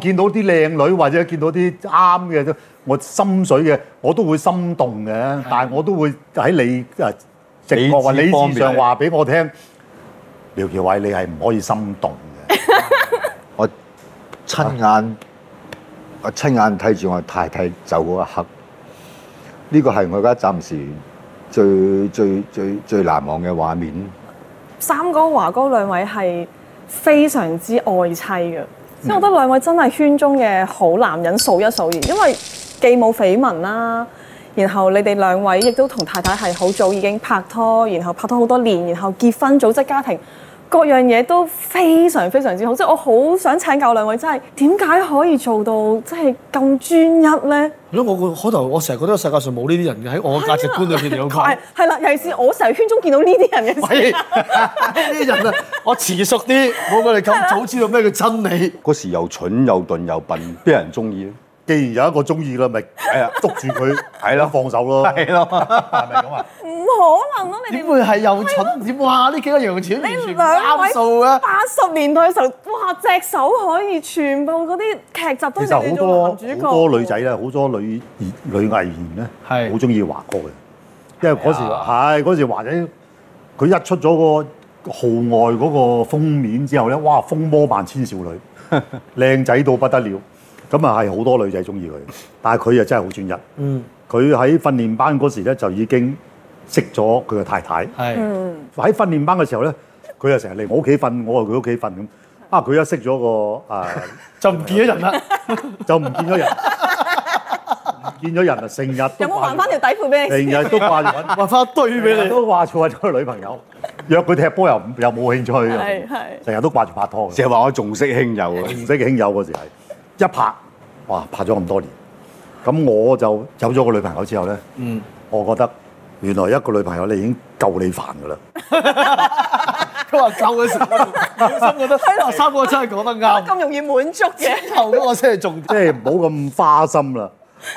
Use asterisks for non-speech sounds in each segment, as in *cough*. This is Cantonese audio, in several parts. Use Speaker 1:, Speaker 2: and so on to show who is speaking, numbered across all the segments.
Speaker 1: 見到啲靚女或者見到啲啱嘅，我心水嘅，我都會心動嘅。但係我都會喺你誒直覺或
Speaker 2: 理智
Speaker 1: 理
Speaker 2: 方面
Speaker 1: 智上話俾我聽，廖橋偉你係唔可以心動嘅。
Speaker 3: *laughs*
Speaker 2: 我親眼我親眼睇住我太太走嗰一刻，呢個係我而家暫時最最最最難忘嘅畫面。
Speaker 4: 三哥華哥兩位係非常之愛妻嘅，
Speaker 3: 嗯
Speaker 4: 即係我覺得兩位真係圈中嘅好男人數一數二，因為既冇緋聞啦，然後你哋兩位亦都同太太係好早已經拍拖，然後拍拖好多年，然後結婚組織家庭。各樣嘢都非常非常之好，即係我好想請教兩位，真係點解可以做到即係咁專一呢？
Speaker 3: 係咯，我個開頭我成日覺得世界上冇呢啲人嘅，喺我嘅價值觀裏邊有
Speaker 4: 係
Speaker 3: 講。
Speaker 4: 係啦，尤其是我成日圈中見到呢啲人嘅時候
Speaker 3: 喂，哎呢啲人啊，我遲熟啲，冇佢哋咁早知道咩叫真理。
Speaker 2: 嗰時又蠢又鈍又笨，邊有人中意咧？
Speaker 1: 既然有一個中意啦，咪係啊捉住
Speaker 3: *laughs*
Speaker 1: 佢，係咯放手咯，係咯，係咪咁啊？
Speaker 4: 唔可能咯、你哋
Speaker 3: 點會係又蠢？點哇？呢幾個洋錢完全
Speaker 4: 兩
Speaker 3: 唔
Speaker 4: 位
Speaker 3: 啱數啊！
Speaker 4: 八十年代嘅時候，哇！隻手可以全部嗰啲劇集都
Speaker 1: 其
Speaker 4: 係
Speaker 1: 實
Speaker 4: 你
Speaker 1: 好
Speaker 4: 做
Speaker 1: 多
Speaker 4: 男主角。
Speaker 1: 好多女仔咧，好多女女藝員咧，
Speaker 3: 係
Speaker 1: 好中意華哥嘅，因為嗰時係嗰時華仔佢一出咗嗰個號外嗰個封面之後咧，哇！風魔萬千少女，靚仔到不得了，咁啊係好多女仔中意佢，但係佢啊真係好專一。
Speaker 3: 嗯，
Speaker 1: 佢喺訓練班嗰時咧就已經識咗佢嘅太太。
Speaker 3: 係
Speaker 1: 喺訓練班嘅時候咧，佢又成日嚟我屋企瞓，我去佢屋企瞓咁。啊！佢一識咗個啊〜
Speaker 3: *laughs* 就唔見咗人啦。
Speaker 1: *laughs* 就唔見咗人，唔見咗人啊！成日都
Speaker 4: 有冇還
Speaker 1: 掛
Speaker 4: 翻條底褲俾
Speaker 1: 住，
Speaker 4: 你？
Speaker 1: 成日都掛住
Speaker 3: *laughs*
Speaker 1: 揾，
Speaker 3: 話翻一堆俾
Speaker 1: 成日
Speaker 3: 你。
Speaker 1: 都掛住揾佢女朋友，約佢踢波又唔又冇興趣
Speaker 4: 係
Speaker 1: 啊！
Speaker 4: 係。
Speaker 1: 成日都掛住拍拖嘅，
Speaker 2: 成日話我重色輕友啊！
Speaker 1: 唔識輕友嗰時係一拍，哇！拍咗咁多年，咁我就有咗個女朋友之後咧，
Speaker 3: 嗯，
Speaker 1: 我覺得原來一個女朋友你已經夠你煩㗎啦。
Speaker 3: 佢話夠嘅時候，我心覺得啊，三個真係講得啱。
Speaker 4: 咁容易滿足
Speaker 1: *laughs*
Speaker 4: 嘅，
Speaker 3: 後嗰個先係重
Speaker 1: 即
Speaker 3: 點。
Speaker 1: 係唔好咁花心啦。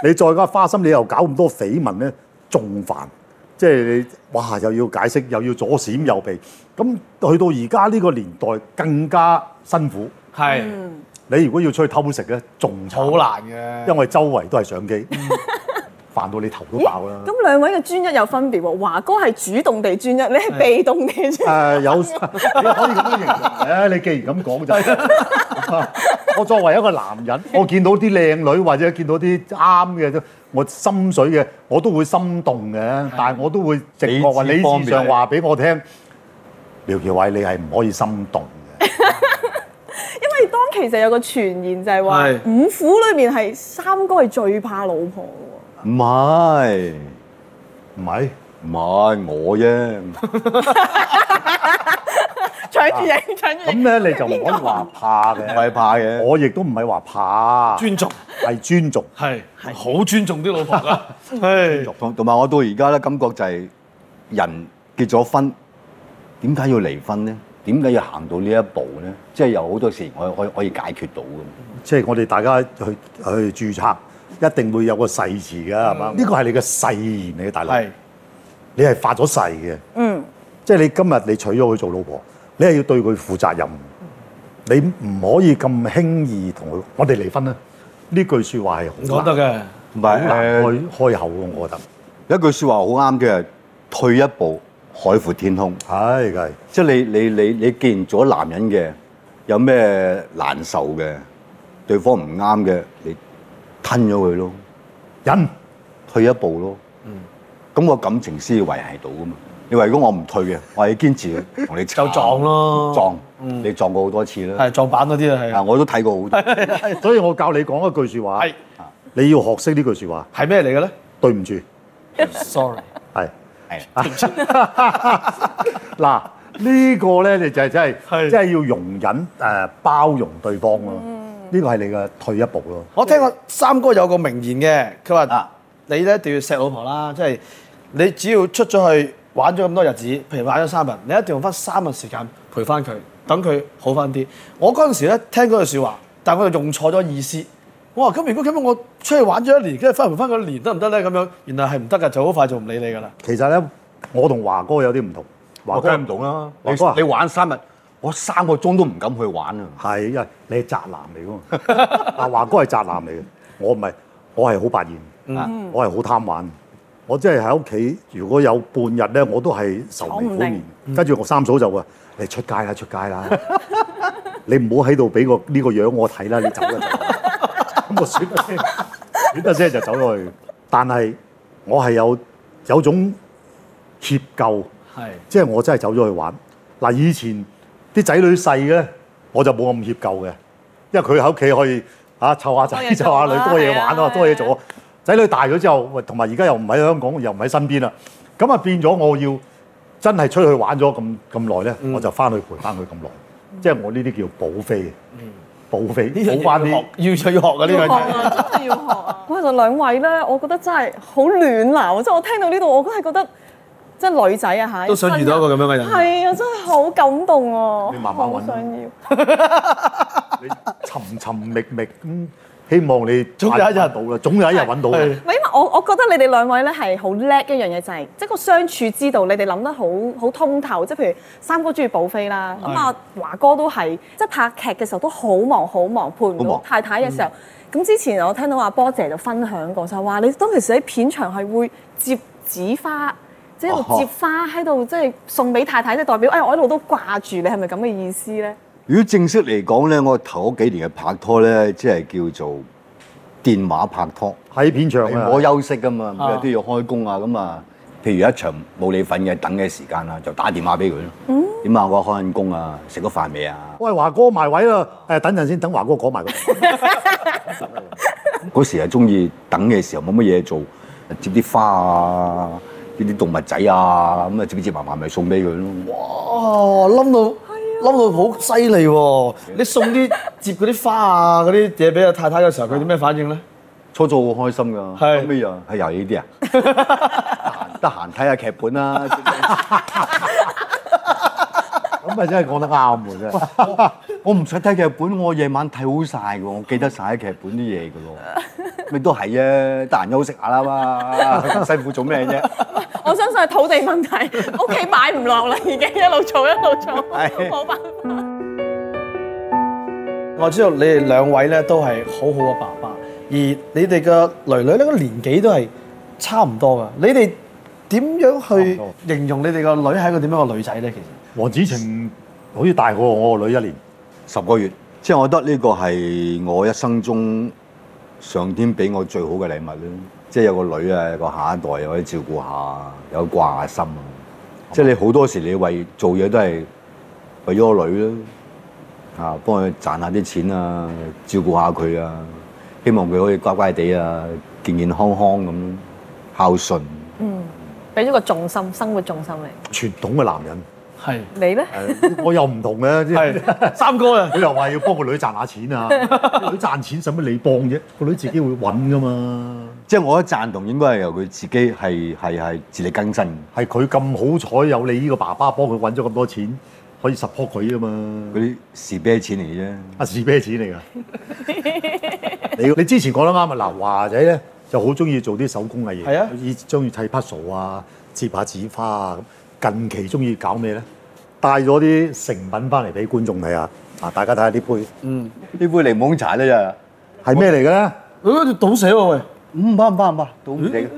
Speaker 1: 你再加花心，你又搞咁多緋聞咧，仲煩。即係你哇，又要解釋，又要左閃右避。咁去到而家呢個年代更加辛苦。
Speaker 3: 係
Speaker 1: 你如果要出去偷食咧，仲
Speaker 3: 好
Speaker 1: 慘，
Speaker 3: 難嘅。嗯
Speaker 1: 因為周圍都係相機， *laughs* 煩到你頭都爆啦。
Speaker 4: 咁兩位嘅專一有分別喎。華哥係主動地專一，你係被動地專
Speaker 1: 誒、
Speaker 4: 一。
Speaker 1: 有 *laughs* 你可以咁樣形容誒，你既然咁講就係，我作為一個男人，我見到啲靚女或者見到啲啱嘅，我心水嘅，我都會心動嘅，但係我都會直覺或
Speaker 2: 理
Speaker 1: 理
Speaker 2: 智方面
Speaker 1: 智上話俾我聽，廖橋偉你係唔可以心動嘅，
Speaker 4: 因為當其實有個傳言就係話
Speaker 3: 係，
Speaker 4: 五虎裏面係三哥係最怕老婆嘅
Speaker 2: 唔係
Speaker 1: 唔係？
Speaker 2: 唔係我啫，
Speaker 4: 喎，搶住影，搶住
Speaker 1: 啊
Speaker 4: 影。
Speaker 1: 咁咧你就唔可以話怕
Speaker 2: *laughs* 唔
Speaker 1: 嘅，
Speaker 2: 係怕嘅。
Speaker 1: 我亦都唔係話怕，
Speaker 3: 尊重
Speaker 1: 係尊重。
Speaker 3: *laughs* 係好尊重啲老婆㗎。 *laughs* 係。
Speaker 2: 同同埋我到而家咧，感覺就係人結咗婚，點解要離婚咧？點解要行到呢一步咧？即係有好多事我可以可以解決到嘅。
Speaker 1: 即係我哋大家去去註冊，一定會有個誓詞㗎，係嘛？呢個係你嘅誓言嚟嘅，大佬。
Speaker 3: 係
Speaker 1: 你係發咗誓嘅，
Speaker 4: 嗯，
Speaker 1: 即係你今日你娶咗佢做老婆，你係要對佢負責任，你唔可以咁輕易同佢我哋離婚啦。呢句説話係好
Speaker 3: 講得
Speaker 1: 難，
Speaker 3: 嘅。
Speaker 2: 唔
Speaker 1: 好
Speaker 2: 係
Speaker 1: 難
Speaker 2: 誒
Speaker 1: 開開口嘅，我覺得
Speaker 2: 有一句説話好啱嘅，退一步海闊天空。
Speaker 1: 係梗係
Speaker 2: 即係你你你你既然做咗男人嘅，有咩難受嘅，對方唔啱嘅，你吞咗佢咯，
Speaker 1: 忍
Speaker 2: 嗯退一步咯。咁、個感情先至維係到噶嘛。你話如果我唔退嘅，我係堅持嘅 *laughs* 同你
Speaker 3: 就撞咯
Speaker 2: 撞，嗯你撞過好多次啦。
Speaker 3: 係撞板嗰啲啊，係
Speaker 2: 啊，
Speaker 3: 啊
Speaker 2: 我都睇過好多。
Speaker 1: 所以我教你講一句説話
Speaker 3: 係，
Speaker 1: 你要學識呢句説話，
Speaker 3: 係咩嚟嘅咧
Speaker 1: 對唔住，
Speaker 3: ？Sorry，
Speaker 1: 係。*laughs*
Speaker 2: 係
Speaker 1: 嗱，呢個咧你就係真
Speaker 3: 係
Speaker 1: 係，真係要容忍誒包容對方咯。呢個係你嘅退一步咯。
Speaker 3: 我聽過三哥有個名言嘅，佢話
Speaker 2: 啊
Speaker 3: 你咧一定要錫老婆啦，即係你只要出咗去玩咗咁多日子，譬如玩咗三日，你一定要用翻三日時間陪翻佢，等佢好翻啲。我嗰陣時咧聽嗰句説話，但係我就用錯咗意思。我話咁如果咁樣，我出去玩咗一年，跟住翻陪翻佢一年得唔得咧？咁樣原來係唔得㗎，就好快就唔理你㗎啦。
Speaker 1: 其實咧，我同華哥有啲唔同，華
Speaker 2: *laughs* 我
Speaker 1: 哥
Speaker 2: 梗係唔同啦。你
Speaker 1: 華哥啊
Speaker 2: 你玩三日，我三個鐘都唔敢去玩啊！
Speaker 1: 係因為你係宅男嚟噶嘛。 *laughs* 啊，華哥係宅男嚟嘅，我唔係，我係好白
Speaker 3: 嗯
Speaker 1: 厭，啊我係好貪玩。我即係喺屋企，如果有半日咧，我都係愁眉苦面。嗯跟住我三嫂就話：你出街啦，出街啦！你唔好喺度俾個呢個樣我睇啦，你走啦走啦。咁我選得聲，選得啊聲就走咗去。但係我係有有種歉疚。
Speaker 3: 係
Speaker 1: 即係我真係走咗去玩。嗱，以前啲仔女細嘅咧，我就冇咁歉疚嘅，因為佢喺屋企可以啊湊下
Speaker 4: 多
Speaker 1: 仔、
Speaker 4: 嘢
Speaker 1: 湊
Speaker 4: 做啊
Speaker 1: 下女，多嘢玩
Speaker 4: 係啊
Speaker 1: 啊，多嘢
Speaker 4: 係
Speaker 1: 做啊。仔女大咗之後，喂，同埋而家又唔喺香港，又唔喺身邊啦，咁啊變咗我要真係出去玩咗咁咁耐咧，
Speaker 4: 嗯
Speaker 1: 我就翻去陪翻佢咁耐，即係我呢啲叫補飛嘅，補飛補翻啲。
Speaker 3: 要就要學嘅呢樣嘢。
Speaker 4: 啊真係要學啊！其實兩位咧，我覺得真係好暖流，即係我聽到呢度，我都係覺得即係女仔啊嚇，
Speaker 3: 都想遇到一個咁樣嘅人
Speaker 4: 係啊，真係好感動啊！
Speaker 1: 你慢慢揾啦
Speaker 4: 好想要，
Speaker 1: 你尋尋覓覓咁，希望你
Speaker 3: 總有一日
Speaker 1: 揾到啦，總有一日揾到嘅
Speaker 3: 係。
Speaker 4: 唔係因為我我覺得你哋兩位咧係好叻一樣嘢，就係即係個相處之道，你哋諗得好好通透。即係譬如三哥中意補飛啦，
Speaker 2: 嗯
Speaker 4: 咁啊華哥都係，即係拍劇嘅時候都好忙好忙，陪唔
Speaker 2: 好
Speaker 4: 到
Speaker 2: 忙嗯
Speaker 4: 太太嘅時候。咁之前我聽到阿波姐就分享過，就話你當其時喺片場係會接紙花。即係喺度
Speaker 2: 哦
Speaker 4: 接花喺度，即係送俾太太，即係代表，哎，我一路都掛住你，係咪咁嘅意思
Speaker 2: *laughs*
Speaker 4: 咧？
Speaker 2: 如果正式嚟講咧，我頭嗰幾年嘅拍拖咧，即係叫做電話拍拖。
Speaker 1: 喺片場啊，
Speaker 2: 我休息噶嘛，
Speaker 3: 啊
Speaker 2: 有啲要開工啊咁啊。譬如有一場冇你份嘅等嘅時間啊啦，就打電話俾佢咯。點啊，我開緊工啊，食咗飯未啊？
Speaker 1: 喂，華哥埋位啦！誒，等陣先，等華哥講埋個。
Speaker 3: *laughs*
Speaker 2: 嗰時係中意等嘅時候冇乜嘢做，接啲花啊，接啲動物仔啊，咁啊接接埋埋咪送俾佢咯。
Speaker 3: 哦，冧到冧到好犀利喎！你送啲接嗰啲花啊嗰啲嘢俾阿太太嘅時候，佢點咩反應咧？
Speaker 2: 初初好開心㗎，
Speaker 3: 係
Speaker 2: 後尾又係又係呢啲啊，得閒得閒睇下劇本啦。
Speaker 1: 咁
Speaker 2: 啊
Speaker 1: 咪真係講得啱喎，真係。
Speaker 2: 我唔使睇劇本，我夜晚睇好晒㗎，我記得晒劇本啲嘢㗎咯。咪都係啊，得閒休息下啦嘛，辛苦做咩啫？
Speaker 4: 我相信係土地問題，屋企擺唔落啦，已經一路做一路做，
Speaker 2: 係
Speaker 4: 冇辦法。
Speaker 3: 我知道你哋兩位咧都係好好嘅爸爸，而你哋嘅女女呢個年紀都係差唔多㗎。你哋點樣去
Speaker 1: 差唔
Speaker 3: 形容你哋個女係一個點樣嘅女仔咧？其實
Speaker 1: 黃子晴好似大過我個女一年，
Speaker 2: 十個月，即係我覺得呢個係我一生中上天俾我最好嘅禮物啦。即係有個女啊，有個下一代有得照顧下，有得掛下心啊。即係你好多時你為做嘢都係為咗個女啦，啊幫佢賺下啲錢啊，照顧下佢啊，希望佢可以乖乖地啊，健健康康咁孝順。
Speaker 4: 俾咗個重心，生活重心你。
Speaker 1: 傳統嘅男人。
Speaker 3: 係
Speaker 4: 你咧？
Speaker 1: 誒我又唔同嘅，即係
Speaker 3: 係三哥啊，
Speaker 1: 佢又話要幫個女賺下錢啊，個女賺錢使乜你幫啫？個女自己會揾噶嘛。
Speaker 2: 即係我覺得贊同應該係由佢自己係係係自力更生。
Speaker 1: 係佢咁好彩有你呢個爸爸幫佢揾咗咁多錢，可以 support 佢啊嘛
Speaker 2: 嗰。啲是啤錢嚟嘅啫。
Speaker 1: 阿士啤啊錢嚟 *laughs* 㗎。你你之前講得啱啊！嗱，華仔咧就好中意做啲手工嘅嘢，
Speaker 3: 係啊
Speaker 1: 以中意砌 puzzle 啊、接下紙花啊。咁近期中意搞咩咧？帶咗啲成品翻嚟俾觀眾睇下，啊，大家睇下呢杯
Speaker 3: 嗯，
Speaker 2: 呢杯檸檬茶咧就
Speaker 1: 係咩嚟嘅咧？
Speaker 3: 佢嗰度倒寫
Speaker 1: 啊
Speaker 3: 喎喂，
Speaker 2: 唔怕唔怕唔怕，都唔定。嗯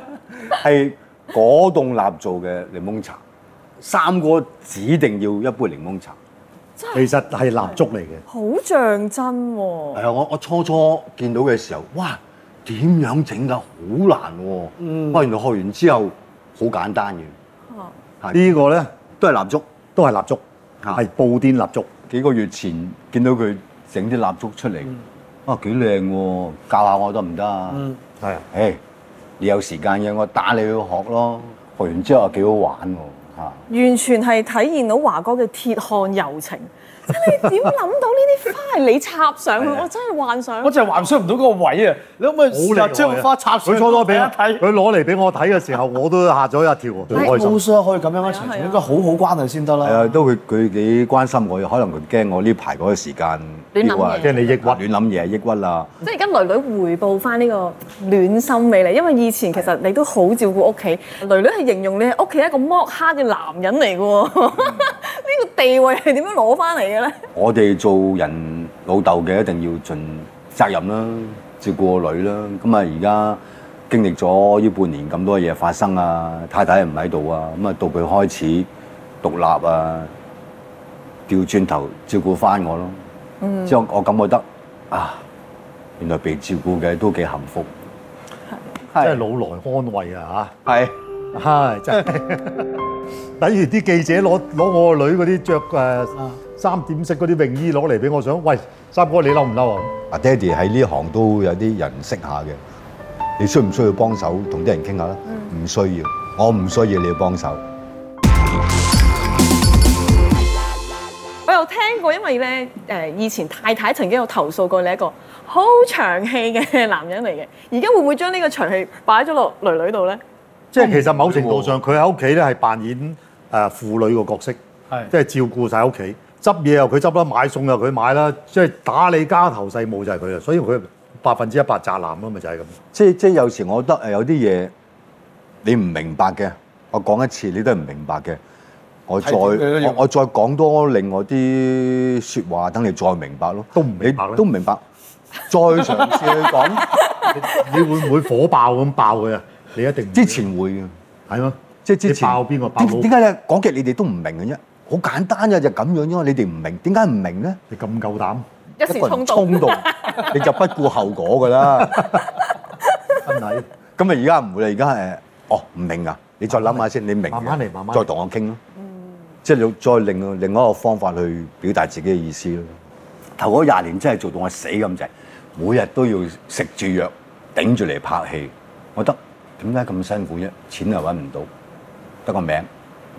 Speaker 2: *laughs* 係果凍蠟做嘅檸檬茶，三哥指定要一杯檸檬茶。
Speaker 1: 其實係蠟燭嚟嘅。
Speaker 4: 好像真喎、
Speaker 2: 係啊，我我初初見到嘅時候，哇，嗯點樣整㗎？好難喎、哇，原來學完之後好簡單嘅，
Speaker 1: 呢個咧
Speaker 2: 都係蠟燭。
Speaker 1: 都係蠟燭，
Speaker 2: 啊
Speaker 1: 係布甸蠟燭。
Speaker 2: 幾個月前見到佢整啲蠟燭出嚟，啊幾靚喎！教下我得唔得啊？
Speaker 1: 係啊，
Speaker 2: 誒，你有時間嘅，我打你去學咯。學完之後啊幾好玩喎嚇！
Speaker 4: 完全係體現到華哥嘅鐵漢柔情。即係你點諗到呢啲花係你插上 *laughs* 啊去？我真係幻想
Speaker 3: 我。就係幻想唔到嗰個位啊！你可唔可以試下將個花插上
Speaker 1: 啊佢
Speaker 3: 去
Speaker 1: 初初俾我
Speaker 3: 睇一睇？
Speaker 1: 佢攞嚟俾我睇嘅時候，我都嚇咗一跳喎，好開
Speaker 3: 冇
Speaker 1: 心。
Speaker 3: 所可以咁樣嘅情
Speaker 4: 係啊係
Speaker 3: 況，
Speaker 4: 啊
Speaker 3: 應該好好關係先得
Speaker 2: 係啊，
Speaker 3: 啦。
Speaker 2: 都佢佢幾關心我，可能佢驚我呢排嗰個時間
Speaker 5: 亂諗
Speaker 2: 抑鬱啊
Speaker 5: 嘢
Speaker 1: 驚你抑鬱
Speaker 2: 亂諗嘢、抑鬱啦。
Speaker 4: 即係而家女女回報翻呢個暖心俾你，因為以前其實你都好照顧屋企，女女係形容你係屋企一個剝蝦嘅男人嚟嘅喎， *laughs* 呢個地位係點樣攞翻嚟嘅咧？
Speaker 2: 我哋做人老豆嘅一定要盡責任啦，照顧個女啦。咁啊，而家經歷咗呢半年咁多嘢發生啊，太太唔喺度啊，咁啊到佢開始獨立啊，調轉頭照顧翻我咯。嗯，之後我感覺得啊，原來被照顧嘅都幾幸福。
Speaker 1: 真係老來安慰啊
Speaker 2: 係。
Speaker 1: 嚇！唉，真係。 *laughs* 等於啲記者攞攞我個女嗰啲着誒三點式嗰啲泳衣攞嚟俾我，想喂三哥你嬲唔嬲啊？
Speaker 2: 阿爹哋喺呢行都有啲人識下嘅，你需唔需要幫手同啲人傾下咧？唔需要，我唔需要你幫手。
Speaker 4: 我有聽過，因為咧誒以前太太曾經有投訴過你一個好長氣嘅男人嚟嘅，而家會唔會將呢個長氣擺咗落女女度咧？
Speaker 1: 即係其實某程度上，佢喺屋企咧係扮演誒婦女個角色，
Speaker 3: 係
Speaker 1: 即係照顧晒屋企，執嘢又佢執啦，買餸又佢買啦，即係打理家頭細務就係佢啊啦。所以佢百分之一百宅男啊咯，咪
Speaker 2: *laughs*
Speaker 1: 就係咁。
Speaker 2: 即即有時我覺得誒有啲嘢你唔明白嘅，我講一次你都係唔明白嘅，我再
Speaker 3: 提點佢都要
Speaker 2: 我我再講多另外啲説話，等你再明白咯。
Speaker 1: 都唔明白咧
Speaker 2: 你都唔明白，再嘗試去
Speaker 1: *laughs*
Speaker 2: 講。
Speaker 1: 你會唔會火爆咁爆佢啊？你一定唔會
Speaker 2: 之前會嘅。
Speaker 1: 係咯，
Speaker 2: 即係之
Speaker 1: 你
Speaker 2: 前
Speaker 1: 爆邊個爆
Speaker 2: 點
Speaker 1: 老
Speaker 2: 點解咧講極你哋都唔明嘅啫？好簡單嘅就咁樣啫嘛，你哋唔明點解唔明咧？
Speaker 1: 你咁夠膽，
Speaker 4: 一時
Speaker 2: 個人
Speaker 4: 衝動，
Speaker 2: 動，你就不顧後果㗎啦。
Speaker 1: 真係
Speaker 2: 咁啊，而家唔會啦，而家誒，哦唔明啊，你再諗下先，你明嘅
Speaker 1: 慢慢嚟慢慢嚟
Speaker 2: 再同我傾咯。即係你再另另外一個方法去表達自己嘅意思咯。頭嗰廿年真係做到我死咁滯，每日都要食住藥頂住嚟拍戲。我覺得點解咁辛苦啫？錢又揾唔到，得個名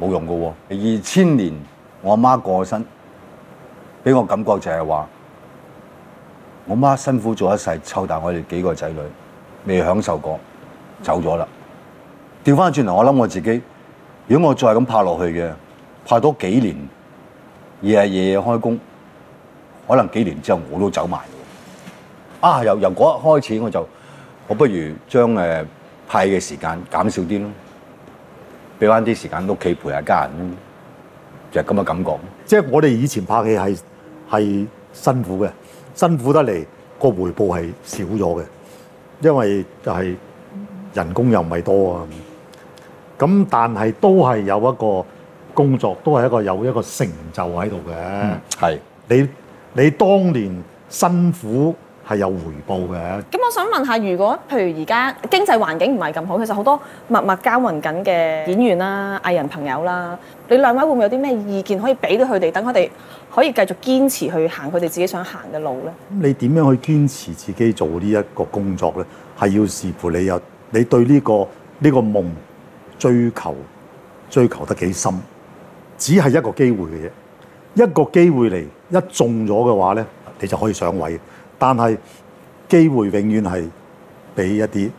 Speaker 2: 冇用㗎喎。二千年我阿媽過身，俾我感覺就係話，我媽辛苦做一世，湊大我哋幾個仔女，未享受過，走咗啦。調翻轉頭，我諗我自己，如果我再咁拍落去嘅，拍多幾年，日日夜夜開工，可能幾年之後我都走埋喎。啊，由由嗰日開始我就，我不如將誒派嘅時間減少啲咯，俾翻啲時間屋企陪下家人咯，就係咁嘅感覺。
Speaker 1: 即係我哋以前拍戲係係辛苦嘅，辛苦得嚟個回報係少咗嘅，因為就係人工又唔係多啊。咁但係都係有一個工作，都係一個有一個成就喺度嘅。
Speaker 2: 係。
Speaker 1: 你你當年辛苦係有回報嘅，
Speaker 4: 咁我想問下，如果譬如而家經濟環境唔係咁好，其實好多默默耕耘緊嘅演員啦、藝人朋友啦，你兩位會唔會有啲咩意見可以俾到佢哋，等佢哋可以繼續堅持去行佢哋自己想行嘅路咧？
Speaker 1: 咁你點樣去堅持自己做呢一個工作咧？係要視乎你有你對呢、個呢、個夢追求追求得幾深，只係一個機會嘅啫。一個機會嚟一中咗嘅話咧，你就可以上位。但係機會永遠係俾一啲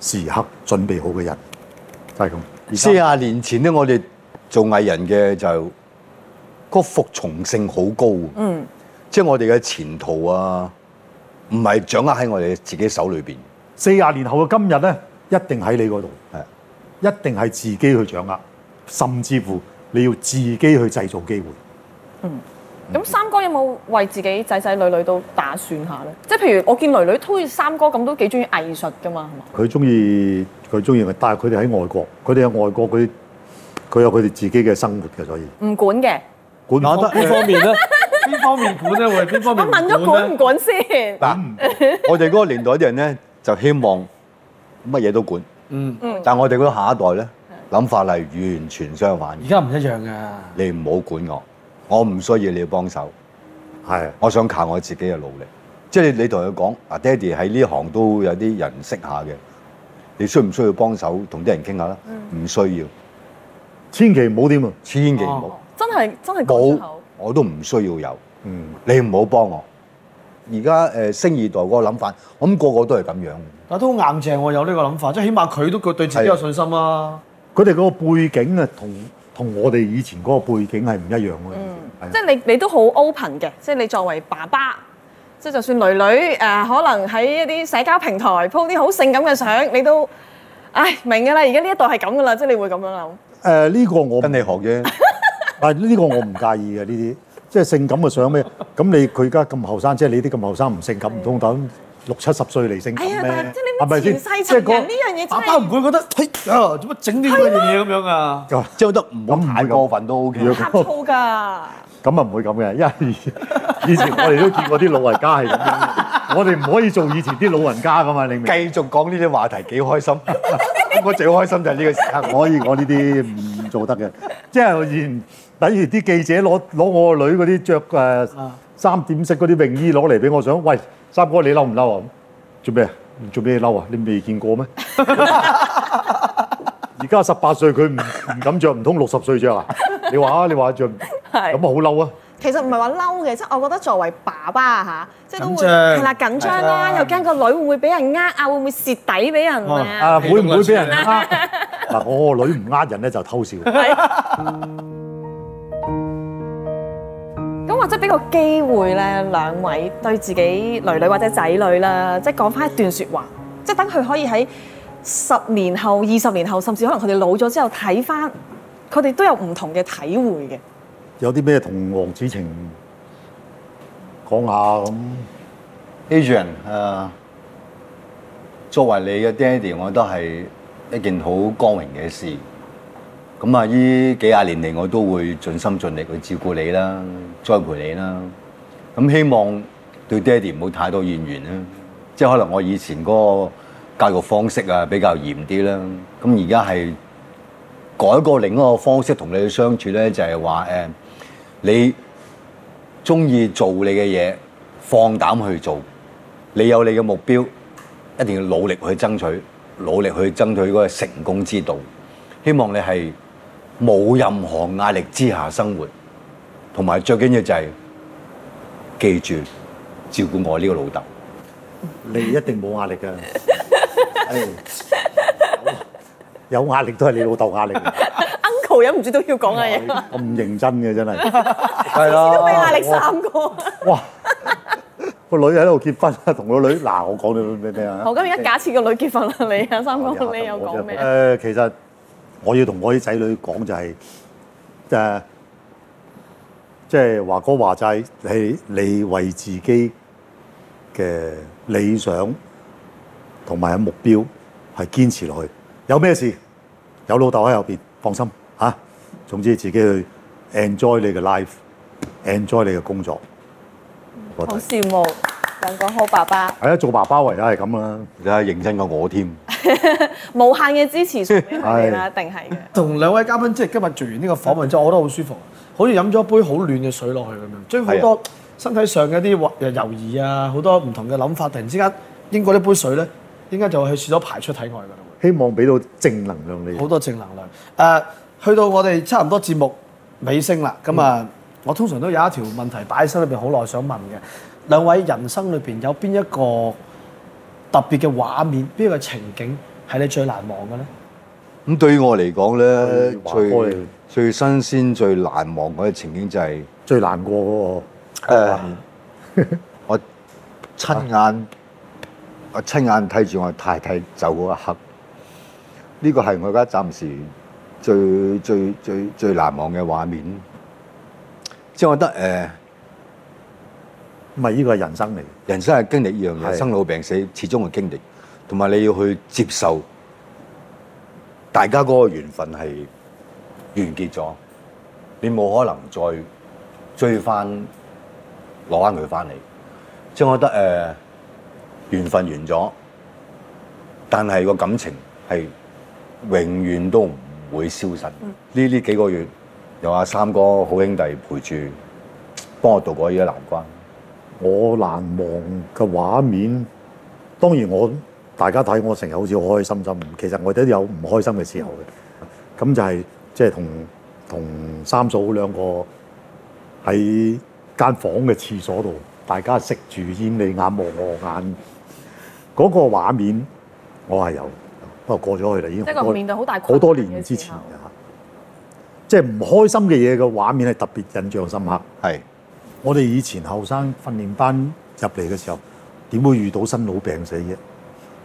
Speaker 1: 時刻準備好嘅人，就係、咁。而
Speaker 2: 四
Speaker 1: 家
Speaker 2: 廿年前咧，我哋做藝人嘅就個服從性好高，啊
Speaker 4: 嗯，
Speaker 2: 即係我哋嘅前途啊，唔係掌握喺我哋自己手裏邊。
Speaker 1: 四廿年後嘅今日咧，一定喺你嗰度。
Speaker 2: 係
Speaker 1: 一定係自己去掌握，甚至乎你要自己去製造機會。
Speaker 4: 咁三哥有冇為自己仔仔女女都打算下咧？即係譬如我見女女都好似三哥咁，都幾中意藝術噶嘛，係嘛？
Speaker 1: 佢中意佢中意，但係佢哋喺外國，佢哋喺外國佢佢有佢哋自己嘅生活嘅，所以
Speaker 4: 唔管嘅，
Speaker 1: 管唔得。
Speaker 3: 邊方面咧？邊方面管咧？會邊方
Speaker 4: 我
Speaker 3: 面
Speaker 4: 問咗管唔
Speaker 3: 管
Speaker 4: 管先？
Speaker 2: 嗱， *laughs* 我哋嗰個年代啲人咧就希望乜嘢都管，
Speaker 3: 嗯
Speaker 2: 但係我哋嗰個下一代咧，諗法係完全相反
Speaker 3: 而。家唔一樣㗎。
Speaker 2: 你唔好管我，我唔需要你幫手，
Speaker 1: 係啊
Speaker 2: 我想靠我自己嘅努力。即係你你同佢講，啊爹哋喺呢行都有啲人識下嘅，你需唔需要幫手同啲人傾下啦？
Speaker 4: 嗯
Speaker 2: 唔需要，
Speaker 1: 千祈唔好點啊！
Speaker 2: 千祈唔好，
Speaker 4: 真係真係哦講出
Speaker 2: 冇
Speaker 4: 口，
Speaker 2: 我都唔需要有。
Speaker 1: 嗯，
Speaker 2: 你唔好幫我。而家誒星二代嗰個諗法，我諗個個都係咁樣。
Speaker 3: 但都好硬正喎，有呢個諗法，即係起碼佢都佢對自己有信心啊啦。
Speaker 1: 佢哋嗰個背景啊，同同我哋以前嗰個背景係唔一樣嘅。係啊
Speaker 4: 即係你你都好 open 嘅，即係你作為爸爸，即係就算女女誒、呃可能喺一啲社交平台 po 啲好性感嘅相，你都唉明㗎啦，而家呢一代係咁㗎啦，即係你會咁樣諗。
Speaker 1: 誒呢個我唔
Speaker 2: 跟你學啫，
Speaker 1: 啊！呢個我唔介意嘅呢啲，即係性感嘅相咩？咁你佢而家咁後生，即係你啲咁後生唔性感，唔通等六七十歲嚟性感
Speaker 4: 哎呀，
Speaker 1: 咩？
Speaker 4: 但係即係你乜前
Speaker 1: 即
Speaker 4: 世
Speaker 1: 係
Speaker 4: 情
Speaker 1: 嗰
Speaker 4: 人呢樣嘢真
Speaker 3: 爸爸
Speaker 4: 係
Speaker 3: 唔會覺得，嘿啊，做乜整啲咁嘅嘢咁樣啊？
Speaker 2: *laughs* 即係覺得唔好太過分都 OK。
Speaker 4: 呷醋㗎。
Speaker 1: 咁啊唔會咁嘅，因為以以前我哋都見過啲老人家係咁樣，我哋唔可以做以前啲老人家噶嘛，你明唔
Speaker 2: 繼
Speaker 1: 明？
Speaker 2: 續講呢啲話題幾開心，我最開心就係呢個時刻。
Speaker 1: *laughs* 可以我呢啲唔做得嘅，即係我以前等於啲記者攞攞我個女嗰啲着誒
Speaker 2: 啊
Speaker 1: 三點式嗰啲泳衣攞嚟俾我想，喂，三哥你嬲唔嬲啊？做咩啊？做咩嬲啊？你未見過咩？ *laughs* 而家十八歲佢唔唔敢着，唔通六十歲着啊？你話啊？你話着咁啊
Speaker 4: 係
Speaker 1: 好嬲啊！
Speaker 4: 其實唔係話嬲嘅，即係我覺得作為爸爸嚇，即係都
Speaker 3: 緊
Speaker 4: 會
Speaker 3: 張
Speaker 4: 係啦緊張啦，
Speaker 3: 係啊
Speaker 4: 又驚個女會唔會俾人呃啊，會唔會蝕底俾人啊？
Speaker 1: 啊，會唔會俾人呃？嗱，我個女唔呃人咧就偷笑。
Speaker 4: 咁或者俾個機會咧，兩位對自己女女或者仔女啦，即係講翻一段説話，即係等佢可以喺十年後、二十年後，甚至可能佢哋老咗之後睇翻，佢哋都有唔同嘅體會嘅。
Speaker 1: 有啲咩同黃子晴講下咁？
Speaker 2: Adrian，誒、作為你嘅爹哋，我覺得係一件好光榮嘅事。咁啊，依幾廿年嚟，我都會盡心盡力去照顧你啦，栽培你啦。咁希望對爹哋唔好太多怨言啦。即係可能我以前嗰個教育方式啊比較嚴啲啦，咁而家係改過另一個方式同你去相處咧，就係話誒你。中意做你嘅嘢，放膽去做。你有你嘅目標，一定要努力去爭取，努力去爭取嗰個成功之道。希望你係冇任何壓力之下生活，同埋最緊要就係記住照顧我呢個老豆。
Speaker 1: 你一定冇壓力 *laughs* 㗎。係有有壓力都係你老豆壓力，
Speaker 4: Uncle 忍唔住都要講啊嘅嘢，
Speaker 1: 咁認真嘅真
Speaker 4: *laughs*
Speaker 1: 係。
Speaker 2: 係啦
Speaker 4: 都俾壓力啊三個。
Speaker 1: 哇！個女喺度結婚啊，同個女嗱，我講你咩咩啊？
Speaker 4: 好，咁而家假設個女結婚啦，你啊三
Speaker 1: 我
Speaker 4: 哥，
Speaker 1: 有
Speaker 4: 你又講咩？啊
Speaker 1: 誒，其實我要同我啲仔女講就係、誒，即係華哥話齋，係你為自己嘅理想同埋目標係堅持落去。有咩事有老豆喺後邊，放心嚇、啊總之自己去 enjoy 你嘅 life，enjoy 你嘅工作。我覺
Speaker 4: 好
Speaker 1: 得
Speaker 4: 羨慕兩個好爸爸，
Speaker 1: 係啊，做爸爸唯有係咁啦。
Speaker 2: 你睇認真過我添。
Speaker 4: 無限嘅支持送俾佢哋啦，一定係嘅。
Speaker 3: 同兩位嘉賓即係今日做完呢個訪問之後，我覺得好舒服，好似飲咗一杯好暖嘅水落去咁樣，將好多身體上嘅一啲猶疑啊，好多唔同嘅諗法，突然之間經過呢杯水咧，應該就會去廁所排出體外㗎啦。會
Speaker 1: 希望俾到正能量你
Speaker 3: 好。多正能量。誒、呃去到我哋差唔多節目尾聲啦，咁啊，我通常都有一條問題擺喺心裏邊好耐想問嘅。兩位人生裏邊有邊一個特別嘅畫面，邊一個情景係你最難忘嘅咧？
Speaker 2: 咁對於我嚟講咧，
Speaker 1: 華哥
Speaker 2: 最
Speaker 1: 你
Speaker 2: 最新鮮、最難忘嗰個情景就係、
Speaker 1: 最難過嗰、
Speaker 2: 誒，我親眼我親眼睇住我太太走嗰一刻，呢個係我而家暫時最最最最難忘嘅畫面。即係我覺得誒、呃
Speaker 1: 個，唔係呢個係人生嚟嘅。
Speaker 2: 人生係經歷呢樣嘢，
Speaker 1: 係
Speaker 2: 生老病死始終係經歷，同埋你要去接受大家嗰個緣分係完結咗，你冇可能再追翻攞翻佢翻嚟。即係我覺得誒、呃、緣分完咗，但係個感情係永遠都唔唔會消失。呢呢幾個月有阿三哥好兄弟陪住，幫我渡過呢個難關。
Speaker 1: 我難忘嘅畫面，當然我大家睇我成日好似好開心心，其實我哋都有唔開心嘅時候嘅。咁就係即係同同三嫂兩個喺間房嘅廁所度，大家食住煙，你眼望我眼，嗰、個畫面我係有，不過過咗去啦，已經
Speaker 4: 即
Speaker 1: 好
Speaker 4: 係
Speaker 1: 多
Speaker 4: 個面對好大困難
Speaker 1: 好多年之前
Speaker 4: 嘅時候
Speaker 1: 㗎啦，即係唔開心嘅嘢嘅畫面係特別印象深刻。
Speaker 2: 係
Speaker 1: 我哋以前後生訓練班入嚟嘅時候，點會遇到生老病死嘅？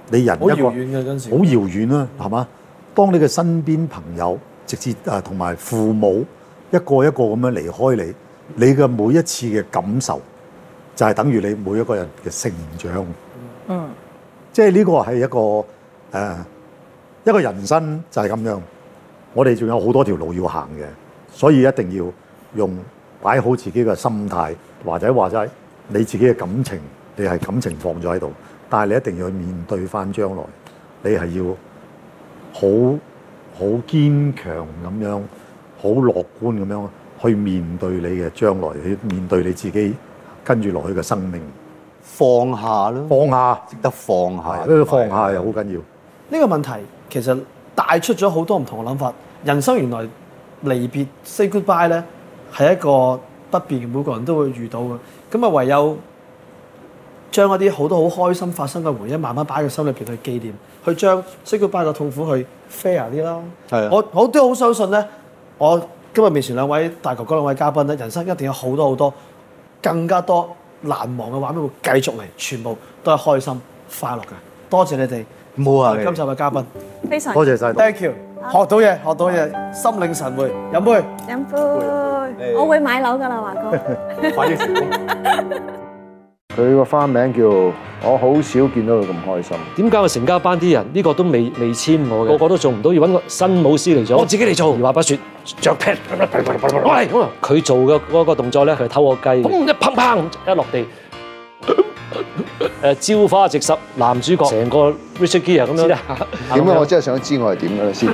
Speaker 1: 你人一
Speaker 3: 好
Speaker 1: 個
Speaker 3: 遙遠嘅嗰陣時
Speaker 1: 好遙遠啦、係嘛？當你嘅身邊朋友，直至啊同埋父母一個一個咁樣離開你，你嘅每一次嘅感受，就係等於你每一個人嘅成長。
Speaker 4: 嗯，
Speaker 1: 即係呢個係一個誒、呃一個人生就係咁樣。我哋仲有好多條路要行嘅，所以一定要用擺好自己嘅心態，或者話齋你自己嘅感情，你係感情放咗喺度，但係你一定要去面對翻將來，你係要好好堅強咁樣，好樂觀咁樣去面對你嘅將來，去面對你自己跟住落去嘅生命，
Speaker 2: 放下咯，
Speaker 1: 放下，
Speaker 2: 識得放下，
Speaker 1: 係呢個放下又好緊要。
Speaker 3: 呢個問題其實帶出咗好多唔同嘅諗法。人生原來離別 say goodbye 咧，係一個不變嘅，每個人都會遇到嘅。咁啊，唯有將一啲好多好開心發生嘅回憶，慢慢擺喺個心裏邊去紀念，去將 say goodbye 嘅痛苦去 fair 啲啦。
Speaker 2: 係啊
Speaker 3: 我我都好相信咧，我今日面前兩位大哥哥兩位嘉賓咧，人生一定有好多好多更加多難忘嘅畫面會繼續嚟，全部都係開心快樂嘅。多謝你哋。
Speaker 2: 冇啊你
Speaker 3: 今集嘅嘉賓
Speaker 4: 非常
Speaker 1: 多謝晒。
Speaker 3: ，thank you，學到嘢，學到嘢，心領神會，飲杯。
Speaker 4: 飲杯，我會買樓㗎啦，華哥。
Speaker 6: 佢個花名叫我好少見到佢咁開心。
Speaker 7: 點解我成家班啲人呢、個都未未簽我嘅，個個都做唔到，要揾個新舞師嚟做，我自己嚟做。二話不説，着 pad，我嚟咁啊！佢做嘅嗰個動作咧，佢係偷我雞嘅，砰一砰砰一落地，誒朝花夕拾，男主角成個 Richard Gere 咁樣。
Speaker 6: 啊點解我真係想知我係點嘅咧先？